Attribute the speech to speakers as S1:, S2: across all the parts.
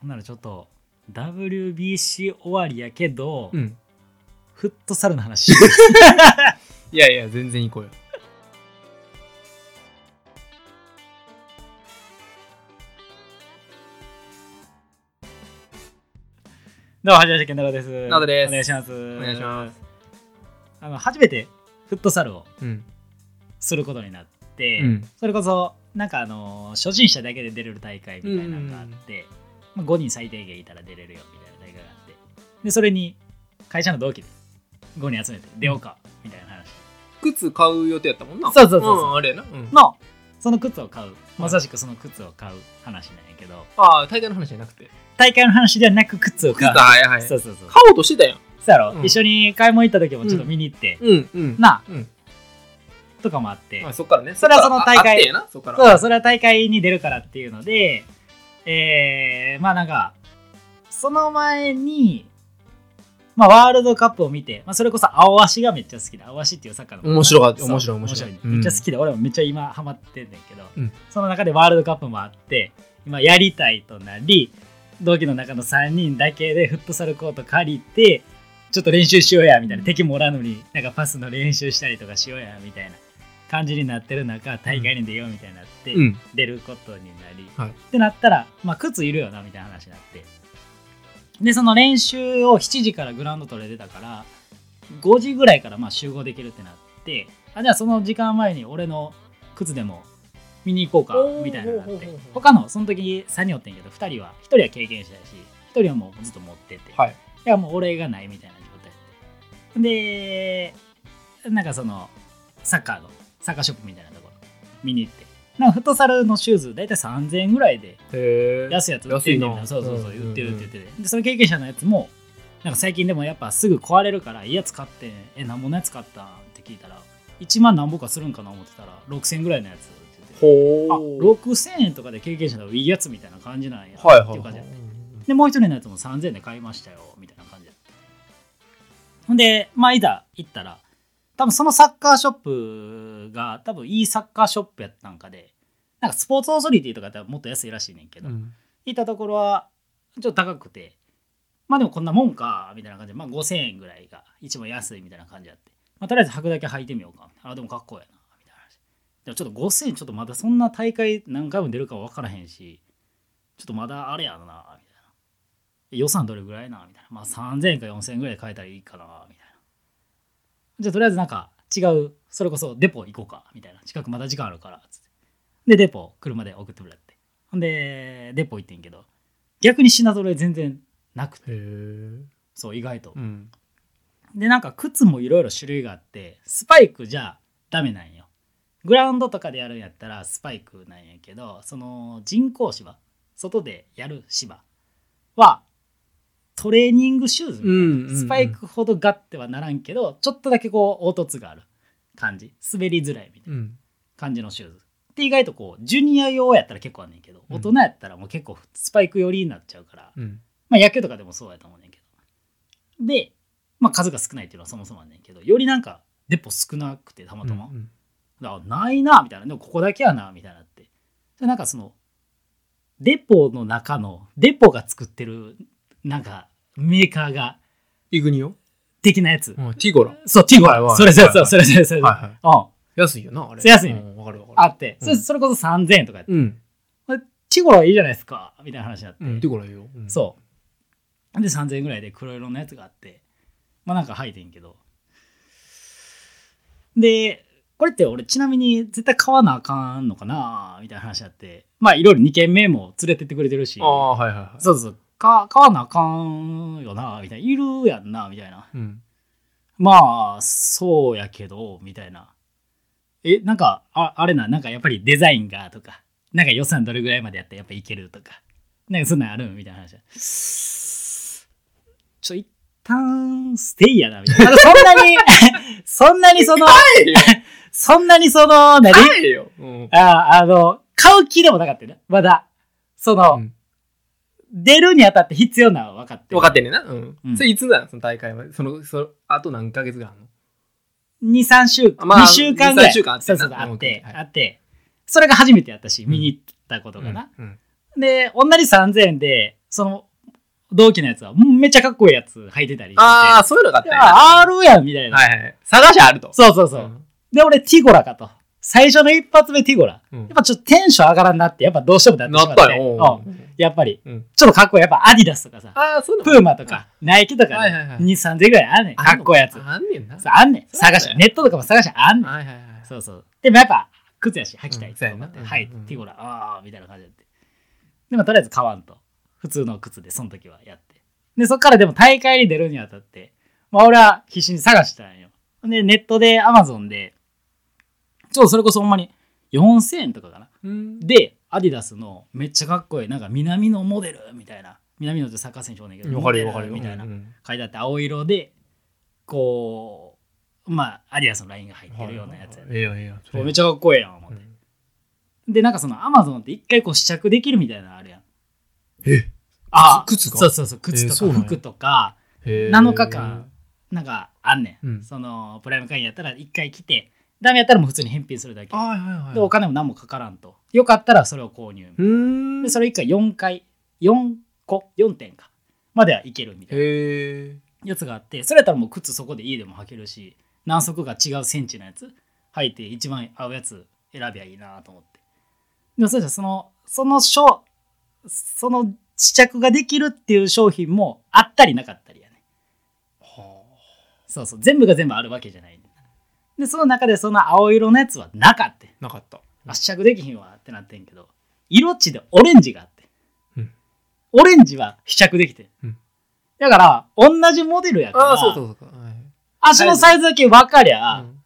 S1: ほんならちょっと WBC 終わりやけど、
S2: うん。
S1: フットサルの 話
S2: いやいや、全然行こうよ。
S1: どうもはじめまして健太郎です
S2: ナオトです
S1: お願いしますお
S2: お願いします
S1: あの初めてフットサルを
S2: うん。
S1: することになって、
S2: うん
S1: それこそなんかあの初心者だけで出れる大会みたいなのがあって、まあ、5人最低限いたら出れるよみたいな大会があってでそれに会社の同期で5人集めて出ようかみたいな話
S2: 靴買う予定やったもんな。
S1: そうそうそうそうん
S2: あれやな。うん
S1: のその靴を買うまさしくその靴を買う話なんやけど
S2: ああ、大会の話じゃなくて。
S1: 大会の話ではなく靴を
S2: 靴
S1: 買う
S2: はいはい。
S1: そ
S2: 買
S1: うそうそう
S2: おうとしてたやん。
S1: そうやろ、
S2: うん
S1: 一緒に買い物行った時もちょっと見に行って、
S2: うんうん。
S1: なあ
S2: うん。
S1: とかもあって、
S2: まあそっからね。
S1: それはその大会
S2: っからああってやな、そっから。
S1: そうそれは大会に出るからっていうのでえー、まあなんかその前にまあ、ワールドカップを見て、まあ、それこそ青足がめっちゃ好きだ青足っていうサッカーの
S2: 面白かった
S1: そう
S2: 面白い面白いうん
S1: めっちゃ好きで、俺もめっちゃ今ハマってんだけど、
S2: うん
S1: その中でワールドカップもあって今やりたいとなり同期の中の3人だけでフットサルコート借りてちょっと練習しようやみたいな敵もおらんのになんかパスの練習したりとかしようやみたいな感じになってる中大会に出ようみたいになって、
S2: うん。
S1: 出ることになり、
S2: はい
S1: ってなったら、まあ、靴いるよなみたいな話になってでその練習を7時からグラウンドトレ出たから5時ぐらいからまあ集合できるってなってあじゃあその時間前に俺の靴でも見に行こうかみたいなのがあっ
S2: おー
S1: て
S2: ほうほうほうほう
S1: 他のその時3人おってんけど2人は1人は経験者やし1人はもうずっと持ってて、
S2: はい。
S1: いやもう俺がないみたいな状態でなんかそのサッカーのサッカーショップみたいなところ見に行ってなんかフットサルのシューズ大体3000円ぐらいで
S2: へ
S1: 安いやつ売ってるんだよ
S2: 安い
S1: な
S2: な
S1: そうそうそう
S2: うんうんうん
S1: 売ってるって言っててでその経験者のやつもなんか最近でもやっぱすぐ壊れるからいいやつ買ってえなんぼのやつ買ったんって聞いたら1万何ぼかするんかな思ってたら6000円ぐらいのやつって言ってて
S2: ほ
S1: あ
S2: ー。
S1: 6000円とかで経験者のいいやつみたいな感じなんや
S2: は
S1: っ
S2: いは
S1: て
S2: い
S1: いう
S2: は
S1: 感じ
S2: い
S1: や。で、もう一人のやつも3000円で買いましたよ、みたいな感じで。ほんで、まあ、いざ行ったら、多分そのサッカーショップが、多分いいサッカーショップやったんかで、なんかスポーツオーソリティとかやってもっと安いらしいねんけど、
S2: うん
S1: 行ったところは、ちょっと高くて、まあでもこんなもんか、みたいな感じで、まあ5000円ぐらいが一番安いみたいな感じやって、まあとりあえず履くだけ履いてみようか。あ、でもかっこええな、みたいな話。でもちょっと5000円、ちょっとまだそんな大会何回も出るか分からへんし、ちょっとまだあれやな、みたいな。予算どれぐらいな、みたいな。まあ3000円か4000円ぐらいで買えたらいいかな、みたいな。じゃあとりあえずなんか違う、それこそデポ行こうか、みたいな。近くまだ時間あるから、つって。で、デポ、車で送ってもらって。ほんで、デポ行ってんけど、逆に品揃え全然なくて、
S2: へー
S1: そう、意外と
S2: う。ん。
S1: でなんか靴もいろいろ種類があってスパイクじゃダメなんよグラウンドとかでやるんやったらスパイクなんやけどその人工芝外でやる芝はトレーニングシューズみたいな、
S2: うんうんうん
S1: スパイクほどガッてはならんけどちょっとだけこう凹凸がある感じ滑りづらいみたいな
S2: うん。
S1: 感じのシューズで意外とこうジュニア用やったら結構あんねんけど
S2: うん
S1: 大人やったらもう結構スパイク寄りになっちゃうから、
S2: うん。
S1: まあ野球とかでもそうやと思うねんけど。で、まあ数が少ないっていうのはそもそもあんねんけど、よりなんかデポ少なくてたまたま。
S2: うん
S1: あないな、みたいな。でもここだけやな、みたいなって。で、なんかその、デポの中の、デポが作ってる、なんかメーカーが、
S2: イグニオ
S1: 的なやつ。
S2: うんティゴラ。
S1: そう、ティゴ
S2: はいはい
S1: それそれそれ
S2: はい
S1: それそれそれ。
S2: はいはい。
S1: うん。
S2: 安いよな、あれ。
S1: 安いね
S2: うんわかるわか
S1: あ
S2: る。
S1: って、
S2: うん
S1: それそれこそ3000円とかやって。
S2: うん。
S1: これティゴラいいじゃないですか、みたいな話になって。
S2: うん、ティゴラいいよ。うん
S1: そう。で、3000円ぐらいで黒色のやつがあって、まあなんか履いてんけど。で、これって俺ちなみに絶対買わなあかんのかなみたいな話あって、まあいろいろ2軒目も連れてってくれてるし、
S2: ああ、はいはいはい。
S1: そうそう、か買わなあかんよなみたいな、いるやんなみたいな。
S2: うん。
S1: まあ、そうやけど、みたいな。え、なんか、ああれな、なんかやっぱりデザインがとか、なんか予算どれぐらいまでやったらやっぱいけるとか、なんかそんなんあるみたいな話。ちょ、一旦、ステイやな、みたいな。あのそんなに、 そんなにその、
S2: 帰れよ
S1: そんなにその、何
S2: 帰れようん。
S1: ああの、買う気でもなかったよね。まだ、その、
S2: うん
S1: 出るにあたって必要なのは分かってる。
S2: 分かってんねんな。うん
S1: うん
S2: それいつだよ、その大会は。その、そのあと何ヶ月ぐらいあんの
S1: 二三週間、
S2: まあ
S1: 二週間ぐらい。
S2: 二三週間あって
S1: そう
S2: な
S1: そうそうあっ
S2: う
S1: て
S2: ん、はい
S1: あって、それが初めてやったし、
S2: うん
S1: 見に行ったことがな。
S2: うん。
S1: で、同じ3000円で、その同期のやつはもうめっちゃかっこいいやつ履いてたりしてて
S2: ああ、そういうのがあったんやな
S1: ああるやんみたいな、
S2: はいはい。探しあると。
S1: そうそうそう、
S2: ん
S1: で俺ティゴラかと最初の一発目ティゴラ、
S2: うん
S1: やっぱちょっとテンション上がらんなってやっぱどうしてもなって
S2: な
S1: しま
S2: っ
S1: って
S2: たよ。
S1: う
S2: うんん
S1: やっぱり、
S2: うん
S1: ちょっとかっこいいやっぱアディダスとかさ
S2: ああ、そういうの
S1: プ
S2: も
S1: ーマとかナイキとか、ね
S2: はいはいは
S1: 2
S2: い
S1: 3 0 0ぐらいあんねんかっこいいやつ
S2: あんねんな。
S1: そうあんねん探し
S2: そう
S1: ゃ
S2: だよ
S1: ネットとかも探しゃあんねん
S2: はいはいはい。
S1: そうそう。でもやっぱ、靴やし、履きたい
S2: うん
S1: と思って、
S2: そうやな
S1: はい、
S2: うんうん
S1: ティゴラ、ああ、みたいな感じで。でもとりあえず買わんと。普通の靴で、その時はやって。で、そっからでも大会に出るにあたって、まあ俺は必死に探したんよ。で、ネットで、アマゾンで、ちょっとそれこそほんまに4000円とかかな。
S2: うん
S1: で、アディダスのめっちゃかっこいい、なんか南のモデルみたいな。南のってサッカー選手おんねんけど、
S2: わかるよわかるよ。
S1: モデルみたいな
S2: う。ん
S1: 書いてあって、青色で、こう、まあ、アディダスのラインが入ってるようなやつやね
S2: ええよええよ。
S1: めっちゃかっこええやん思って、
S2: うん
S1: でなんかそのアマゾンって一回こう試着できるみたいなのあるやん
S2: え
S1: あ
S2: 靴が
S1: そうそうそう靴と
S2: そう
S1: か
S2: なんや
S1: 服とか、
S2: へー
S1: 7日間なんかあんねん、
S2: うん
S1: そのプライム会員やったら一回来てダメやったらもう普通に返品するだけ
S2: はいはいはい。
S1: でお金も何もかからんとよかったらそれを購入
S2: うーん。
S1: でそれ一回4回4個4点かまではいけるみたいな
S2: へえ。
S1: やつがあってそれやったらもう靴そこで家でも履けるし何足が違うセンチのやつ履いて一番合うやつ選びゃいいなと思ってでもそうじゃそのその商その試着ができるっていう商品もあったりなかったりやね
S2: は
S1: そうそう全部が全部あるわけじゃないでその中でその青色のやつはなかった
S2: あ。なかった。
S1: あ試着できひんわってなってんけど色地でオレンジがあって、
S2: うん
S1: オレンジは試着できてん、
S2: うん
S1: だから同じモデルやから
S2: ああ、そうそうそう。はい
S1: 足のサイズだけ分かりゃ、
S2: うん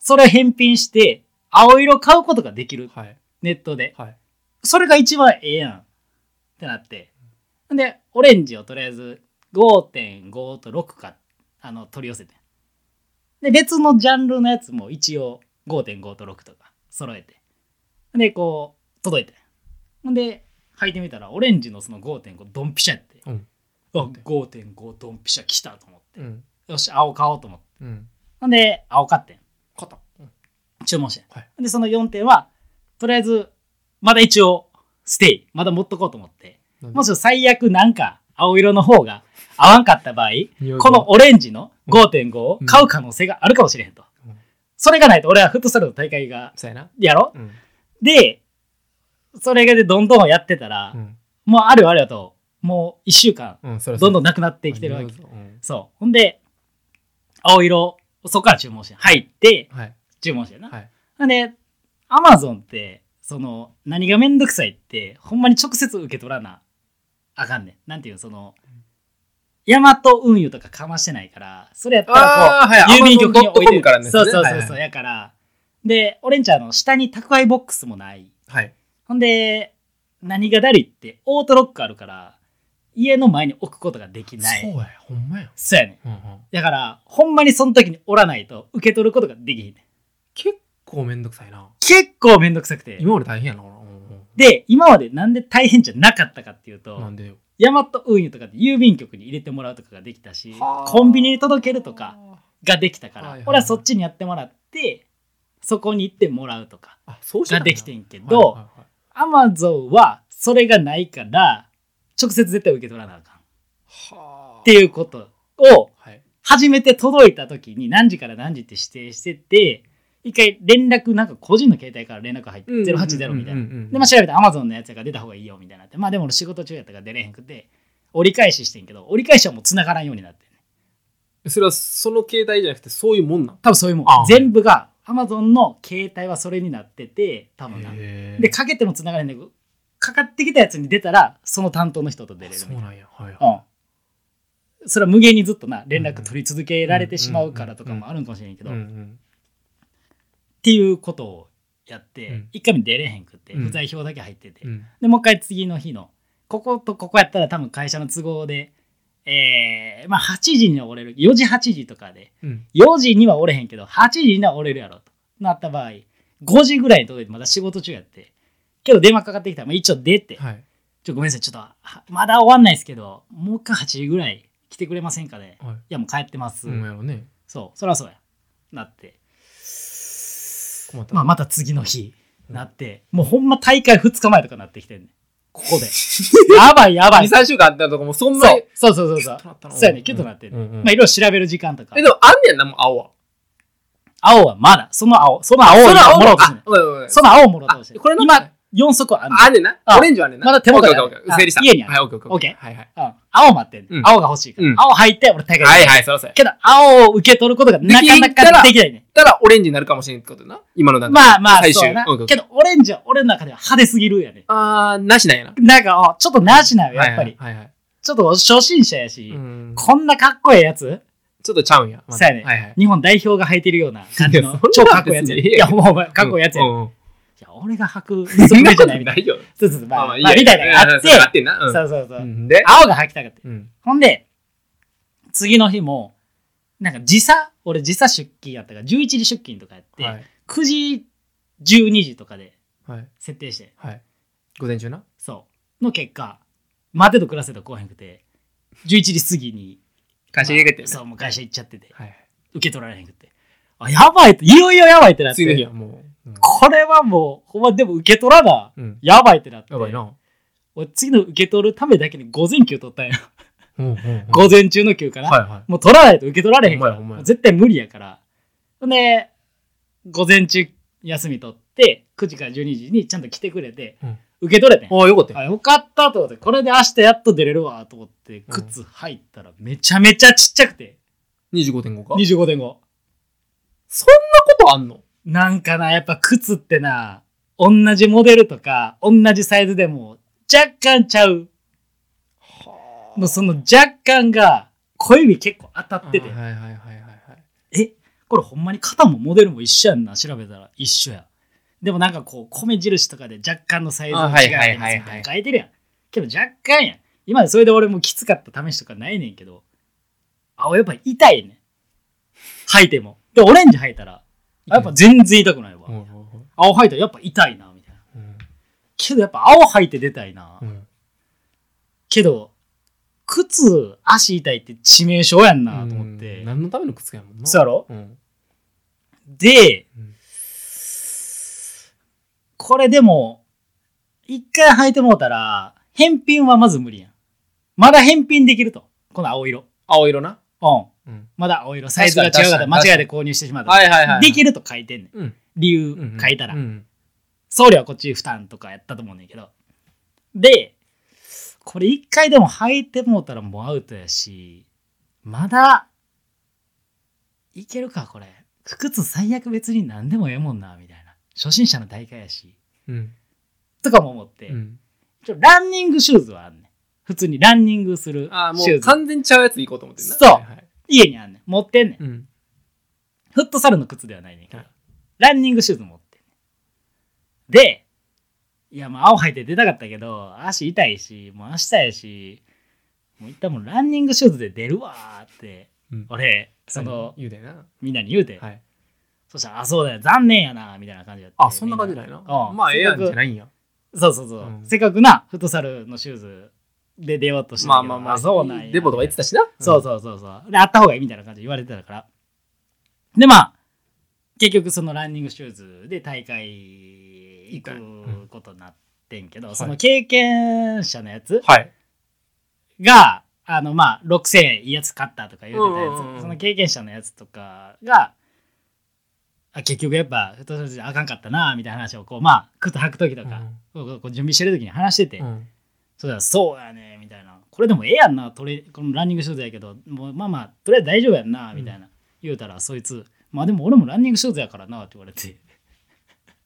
S1: それ返品して、青色買うことができる。
S2: はい。
S1: ネットで。
S2: はい。
S1: それが一番ええやん。ってなって。で、オレンジをとりあえず5.5と6か、あの、取り寄せて。で、別のジャンルのやつも一応5.5と6とか揃えて。で、こう、届いて。ほんで、履いてみたら、オレンジのその5.5ドンピシャやって。
S2: うん
S1: あ、5.5ドンピシャ来たと思って。
S2: うん。
S1: よし、青買おうと思って。
S2: うん。
S1: ほんで、青買ってん。
S2: 肩。うん
S1: 注文して。
S2: はい
S1: で、その4点は、とりあえず、まだ一応、ステイ、まだ持っとこうと思って、
S2: なんで
S1: もし最悪なんか、青色の方が合わんかった場合、
S2: 匂いが
S1: このオレンジの5.5を
S2: うん
S1: 買う可能性があるかもしれへんと。
S2: うん
S1: それがないと、俺はフットサルの大会が、
S2: そうやな。
S1: やろ
S2: うん。
S1: で、それでどんどんやってたら、
S2: うん
S1: もうあるよあるよと、もう1週間、
S2: うん。それ
S1: どんどん
S2: ん
S1: なくなってきてるわけ。
S2: うん
S1: そう。ほんで、青色、そこから注文して、入って、
S2: はい。
S1: 注文してな。
S2: はい。
S1: なんで、アマゾンって、その、何がめんどくさいって、ほんまに直接受け取らなあかんねん。なんていうのその、ヤマト運輸とかかましてないから、それやったらこ
S2: ああー、は
S1: う、
S2: い。
S1: 郵便局に置いて
S2: Amazon.com からね。
S1: そうそうそう
S2: はい
S1: そう、
S2: はい。
S1: やから。で、オレンジャーの下に宅配ボックスもない。
S2: はい。
S1: ほんで、何がだるいって、オートロックあるから、家の前に置くことができない。
S2: そうや、ほんまや。
S1: そうやねん。
S2: うんうん
S1: だから、ほんまにその時におらないと受け取ることができひんねん。
S2: 結構めんどくさいな。
S1: 結構めんどくさくて。
S2: 今まで大変やな。これうん
S1: で、今までなんで大変じゃなかったかっていう
S2: うんな
S1: と、
S2: んでよ。
S1: ヤマト運輸とかって郵便局に入れてもらうとかができたし、
S2: はあ
S1: コンビニに届けるとか。ができたから、
S2: はいはい
S1: 俺はそっちにやってもらって、そこに行ってもらうとか
S2: あ、そう
S1: ができて
S2: ん
S1: んけど、アマゾンはそれがないから、直接絶対受け取らなあかん。っ
S2: はあ。
S1: ていうことを、
S2: はい。
S1: 初めて届いた時に何時から何時って指定してて、一回連絡、なんか個人の携帯から連絡入って、080みたいな。で、まあ、調べて Amazon のやつが出た方がいいよみたいになって、まあでも俺仕事中やったから出れへんくて、折り返ししてんけど、折り返しはもう繋がらんようになってんね。
S2: それはその携帯じゃなくてそういうもんなん
S1: 多分そういうも
S2: あ
S1: ん。全部が Amazon の携帯はそれになってて、多分な。で、
S2: で
S1: かけても繋がらへんねんけど、かかってきたやつに出たら、その担当の人と出れる
S2: そ
S1: み
S2: う
S1: たいな。
S2: なんやはい
S1: うん。それは無限にずっとな、連絡取り続けられてしまうからとかもあるんかもしれんけど、
S2: うんう
S1: っ
S2: ん
S1: ていうことをやっ
S2: う
S1: て
S2: ん、
S1: 一回目出れへんくって、
S2: うん
S1: 不在表だけ入ってて
S2: う。ん
S1: でもう一回次の日のこことここやったら多分会社の都合で、えーまあ、8時には折れる4時8時とかで
S2: うん
S1: 4時には折れへんけど8時には折れるやろとなった場合5時ぐらいに届いてまだ仕事中やってけど電話かかってきたら、まあ、一応出て、
S2: はい
S1: ちょごめんなさいちょっとはまだ終わんないですけどもう一回8時ぐらい来てくれませんかね
S2: はい
S1: いやもう帰ってます、
S2: うんやろね
S1: そうそりゃそうやなって、
S2: 困った
S1: まあ、
S2: ま
S1: また次の日
S2: うん
S1: なって、もうほんま大会2日前とかなってきてんねんここ で。やばいやば
S2: 2、
S1: い。
S2: 3週間あったとこもそんな
S1: そう
S2: に。
S1: そうそうそうそう
S2: キュッとなった。な
S1: そうやね、キュッとなってる。
S2: うんうん
S1: まあ、色々調べる時間とか
S2: え、。でもあんねんな、もう青は。
S1: 青はまだ、その青、その青を今もろうとしてない
S2: あ、ごめんごめん
S1: その青をもろうとしてない
S2: あこれの
S1: 今、4足あんねん
S2: あんねんな。
S1: あ
S2: オレンジはあんねんな。
S1: まだ手元にある
S2: オッケーオッケーオッケー整理した。
S1: あ家にある
S2: はい、オッケーオッケー。
S1: オッケー
S2: はいはい。
S1: うん青待ってんねん
S2: うん
S1: 青が欲しいから。
S2: うん
S1: 青入って、俺大会。
S2: はいはい、そらそうや。
S1: けど、青を受け取ることがなかなかできないねん。
S2: たらオレンジになるかもしれんってことやな。今の段階。
S1: まあまあ、
S2: 最終
S1: そうやな
S2: うん。
S1: けど、オレンジは俺の中では派手すぎるやね。
S2: あー、なしなんやな。
S1: なんか、あちょっとなしなのよ、やっぱり。
S2: はいはいはい
S1: ちょっと初心者や
S2: はい。
S1: し
S2: う、ん
S1: こんなかっこええやつ
S2: ちょっとちゃうんや。まだ
S1: そうやね
S2: はいはい。
S1: 日本代表が履いてるような感じ
S2: い
S1: の
S2: やそんな
S1: 超かっこいいやつや。
S2: 別に
S1: いや、もうお前、かっこいいやつや。
S2: う
S1: い
S2: んうん。
S1: や、俺が履く娘じゃないみたいな。
S2: 大丈夫。
S1: そうそうそうまあ、まあ
S2: いいや
S1: みたいなのがあって、
S2: うんうんそうあってんな。うん
S1: そうそうそう。
S2: うんで、
S1: 青が履きたかった。
S2: うん。
S1: ほんで、次の日も、なんか時差、俺時差出勤やったから、11時出勤とかやって、
S2: はい。
S1: 9時、12時とかで
S2: はい。
S1: 設定して、
S2: はい。午前中な。
S1: そう。の結果、待てと暮らせと来へんくて、11時過ぎに、
S2: 会社入れて
S1: ま
S2: る
S1: あ。そう、もう会社行っちゃってて、
S2: はい。
S1: 受け取られへんくて、あ、やばいって、いよいよやばいってなって、
S2: 次の日はもう。うん
S1: これはもう、ほんまでも受け取らな、
S2: うん。
S1: やばいってなって、
S2: やばいな。
S1: 俺次の受け取るためだけに午前休取ったんよ。
S2: うんうんうん。
S1: 午前中の休かな。
S2: はいはい。
S1: もう取らないと受け取られへんか
S2: ほんまやほんま
S1: ら
S2: や
S1: 絶対無理やからほんで午前中休み取って9時から12時にちゃんと来てくれて、
S2: うん
S1: 受け取れてん
S2: ああ、よかったよ
S1: あよかったと思ってこれで明日やっと出れるわと思って靴入ったらめちゃめちゃちっちゃくて
S2: 25.5か。
S1: 25.5
S2: そんなことあんの
S1: なんかなやっぱ靴ってな同じモデルとか同じサイズでも若干ちゃうもうその若干が小指結構当たってて
S2: あーはいはいはいはいはい。
S1: えこれほんまに型もモデルも一緒やんな調べたら一緒やでもなんかこう米印とかで若干のサイズの
S2: あはい
S1: 違いが
S2: は
S1: あり
S2: い
S1: ま
S2: は
S1: す
S2: い
S1: み
S2: はい
S1: たいな書いてるやんけど若干やん今までそれで俺もきつかった試しとかないねんけど青やっぱ痛いねん吐いてもでオレンジ吐いたらあやっぱ全然痛くないわ、
S2: うんうん
S1: 青吐いたらやっぱ痛いなみたいな
S2: うん
S1: けどやっぱ青吐いて出たいな、
S2: うん
S1: けど靴足痛いって致命傷やんなと思っ
S2: う
S1: て、
S2: ん何のための靴やもんな。
S1: そうやろ
S2: うん。
S1: で、
S2: うん
S1: これでも、一回履いてもうたら、返品はまず無理やん。まだ返品できると。この青色。
S2: 青色な。
S1: うん。
S2: うん。
S1: まだ青色。サイズが違うか
S2: 確
S1: ら
S2: かに
S1: 間違いで購入してしまった。
S2: はいはいはい。
S1: でき
S2: る。
S1: ると書いてんねん。
S2: うん。
S1: 理
S2: うんう
S1: 由
S2: ん
S1: 書いたら。
S2: うん
S1: 送料はこっち負担とかやったと思うねんけど。で、これ一回でも履いてもうたらもうアウトやし、まだ、いけるか、これ。靴最悪別に何でもええもんな、みたいな。初心者の大会やし。
S2: うん。
S1: とかも思って、
S2: うん。
S1: ちょランニングシューズはあんねん。普通にランニングする
S2: ああ、も
S1: シュ
S2: う
S1: ーズ。
S2: 完全にちゃうやつ行こうと思ってんな
S1: そう
S2: はいはい
S1: 家にあんねん。持ってんねん。
S2: うん。
S1: フットサルの靴ではないねんけど
S2: はい、
S1: ランニングシューズ持ってんねん。で、いや、まあ、青履いて出たかったけど、足痛いし、もう明日やし、もう一旦もうランニングシューズで出るわーって、
S2: うん
S1: 俺、その、
S2: 言うでな。
S1: みんなに言うて、
S2: はい。
S1: そしたら、あ、そうだよ、残念やな、みたいな感じだった。
S2: あ、そんな感じ
S1: み
S2: ないな。
S1: うん
S2: まあ、ええやんじゃないんや。
S1: なそうそうそう、
S2: うん
S1: せっかくな、フットサルのシューズで出ようとしてんだ
S2: まあ
S1: けど
S2: まあまあ、
S1: そうなんや。
S2: デボとか言ってたしな。
S1: そうそうそうそう。で、あった方がいいみたいな感じで言われてたから。で、まあ、結局そのランニングシューズで大会行くことになってんけど、
S2: ん
S1: そ
S2: は
S1: の
S2: い
S1: 経験者のやつ
S2: はい。
S1: が、あの、まあ、6000円いいやつ買ったとか言うてたやつ、
S2: うんうんうん
S1: その経験者のやつとかが、あ結局やっぱ、太さじゃあかんかったな、みたいな話をこう、まあ、靴履く時とか、こうこう準備してる時に話してて、
S2: うん
S1: そうだそうやねみたいなこれでもええやんなとりこのランニングシューズやけどもうまあまあとりあえず大丈夫やんなみたいな、言うたらそいつまあでも俺もランニングシューズやからなって言われて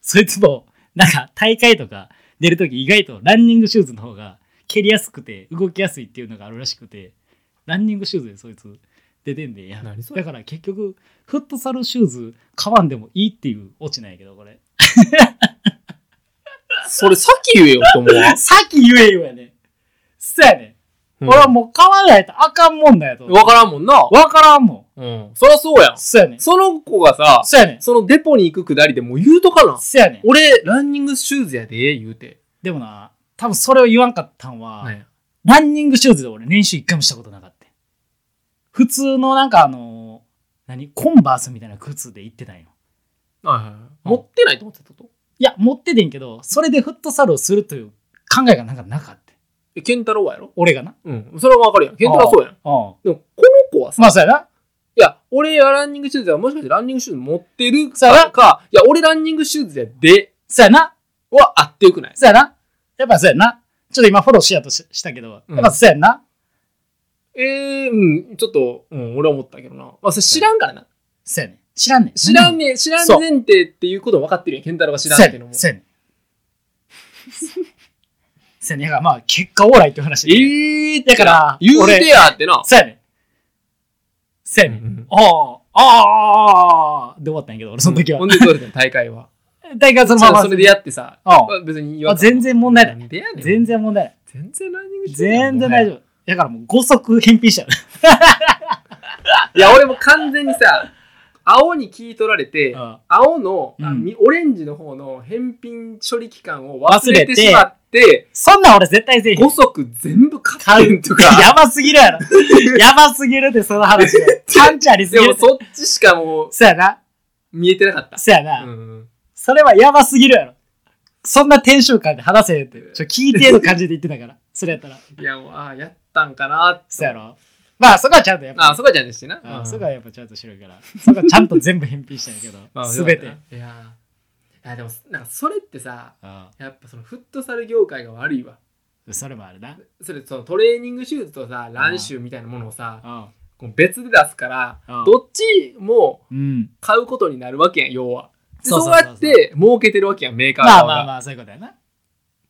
S1: そいつもなんか大会とか出る時意外とランニングシューズの方が蹴りやすくて動きやすいっていうのがあるらしくてランニングシューズでそいつ出てんでやん
S2: 何そ
S1: だ
S2: れ
S1: から結局フットサルシューズ買わんでもいいっていうオチなんやけどこれ
S2: それ先言えよと思うわ
S1: さっき言えよやねそうやねん
S2: うん。
S1: 俺はもう買わないとあかんもんだよと。
S2: わからんもんな。
S1: わからんもん。
S2: うん。そりゃそうやん。
S1: そうやねん。
S2: その子がさ、
S1: そうやねん。
S2: そのデポに行くくだりでもう言うとかな。
S1: そうやねん。
S2: 俺、ランニングシューズやで、言うて。
S1: でもな、多分それを言わんかったんは、
S2: なんや
S1: ランニングシューズで俺練習一回もしたことなかった。普通のなんかあの、何コンバースみたいな靴で行ってたんよ。
S2: はいはいはい持ってないと思ってたってこと
S1: いや、持っててんけど、それでフットサルをするという考えがなんかなかった。
S2: え、ケンタロウはやろ
S1: 俺がな。
S2: うん。それはわかるやん。ケンタロウはそうや
S1: う
S2: ん。
S1: ん。
S2: でも、この子はさ、
S1: まあそうやな。
S2: いや、俺がランニングシューズはもしかしてランニングシューズ持ってる
S1: そうや
S2: か、かいや、俺ランニングシューズやで、
S1: そうやな。
S2: はあってよくない
S1: そうやな。やっぱそうやな。ちょっと今フォローしやとししたけど、
S2: うん
S1: やっぱそうやな。
S2: ええうん、ちょっと、うん、俺は思ったけどな。まあ、それ知らんからな。
S1: そうやねん。知らんねん。
S2: 知らんね、知らん前提っていうことは分かってるやん。ケンタロウが知らんっていうのも。
S1: そうやねん。そうやねん。だからまあ、結果オーライっていう話でね、
S2: ええー、
S1: だから
S2: 言うてやってな。
S1: そうやねん。そうやねん。ああ、ああああ、で終わったんやけど、俺その時は
S2: ほん。で、どうだったの大会は。
S1: 大会はそ
S2: そ
S1: のまま。
S2: それでやってさ、
S1: ああ
S2: まあ別に言わん
S1: あ全然問題ない
S2: なんでやねん。
S1: 全然問題ない。
S2: 全然ランニングして
S1: 全然大丈
S2: 夫。
S1: 夫。だからもう5足返品しちゃう。
S2: いや、俺も完全にさ、青に聞い取られて、
S1: あ
S2: 青の、あ
S1: うん
S2: みオレンジの方の返品処理期間を忘れてしまって、
S1: そんなん俺絶対全品。
S2: 5足全部買
S1: 買
S2: って
S1: うん
S2: とか。
S1: やばすぎるやろ。やばすぎるで、その話は。パンチありす
S2: で
S1: ぎ
S2: も
S1: る。
S2: そっちしかもう
S1: そうやな。
S2: 見えてなかった。
S1: そうやな。
S2: うん
S1: それはやばすぎるやろ。そんなテンション感で話せへんって。ちょ、聞いてる感じで言ってた から。それやったら。
S2: いや、もう、ああ、やったんかなって。
S1: そうやろ。まあ、そこはちゃんとやっぱ。
S2: ああ、そこはじゃんですしな。
S1: うんそこはやっぱちゃんと白いから。そこはちゃんと全部返品したんやけ
S2: まあ
S1: ど。すべて。。
S2: よかったないやー、いやでも、なんかそれってさ、
S1: あ
S2: やっぱそのフットサル業界が悪いわ。
S1: あそれもあるな。
S2: それ、そのトレーニングシューズとさ、ランシューみたいなものをさ、
S1: あ
S2: こう別で出すから、
S1: あ
S2: どっちも
S1: うん。
S2: 買うことになるわけやん、要は。で
S1: そうそう
S2: そ
S1: うそうそう
S2: やって儲けてるわけやん、メーカー
S1: まあ
S2: 側が。
S1: まあまあ、そういうことやな。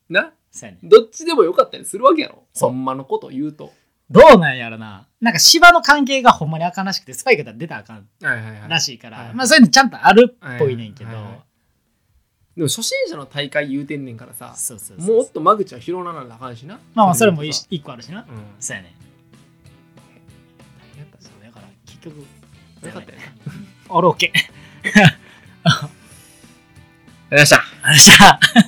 S2: な
S1: そうやね。
S2: どっちでもよかったりするわけやろ。
S1: そう
S2: ほんまのこと言うと。
S1: どうなんやろな。なんか芝の関係がほんまにあかんらしくて、スパイクだったら出たらあかん
S2: はいはい
S1: らしいから、
S2: はい
S1: まあそういうのちゃんとあるっぽいねんけど、
S2: はいはいはいでも初心者の大会言うてんねんからさ、
S1: そうそうそう
S2: もっと間口は広ならなあかんしな。
S1: まあまあそれも一一個あるしな。
S2: うん。
S1: そうやねん。
S2: やったし
S1: そうだから結局、
S2: よかったよね。
S1: オロケ。
S2: ありがとうございました。
S1: あれさ。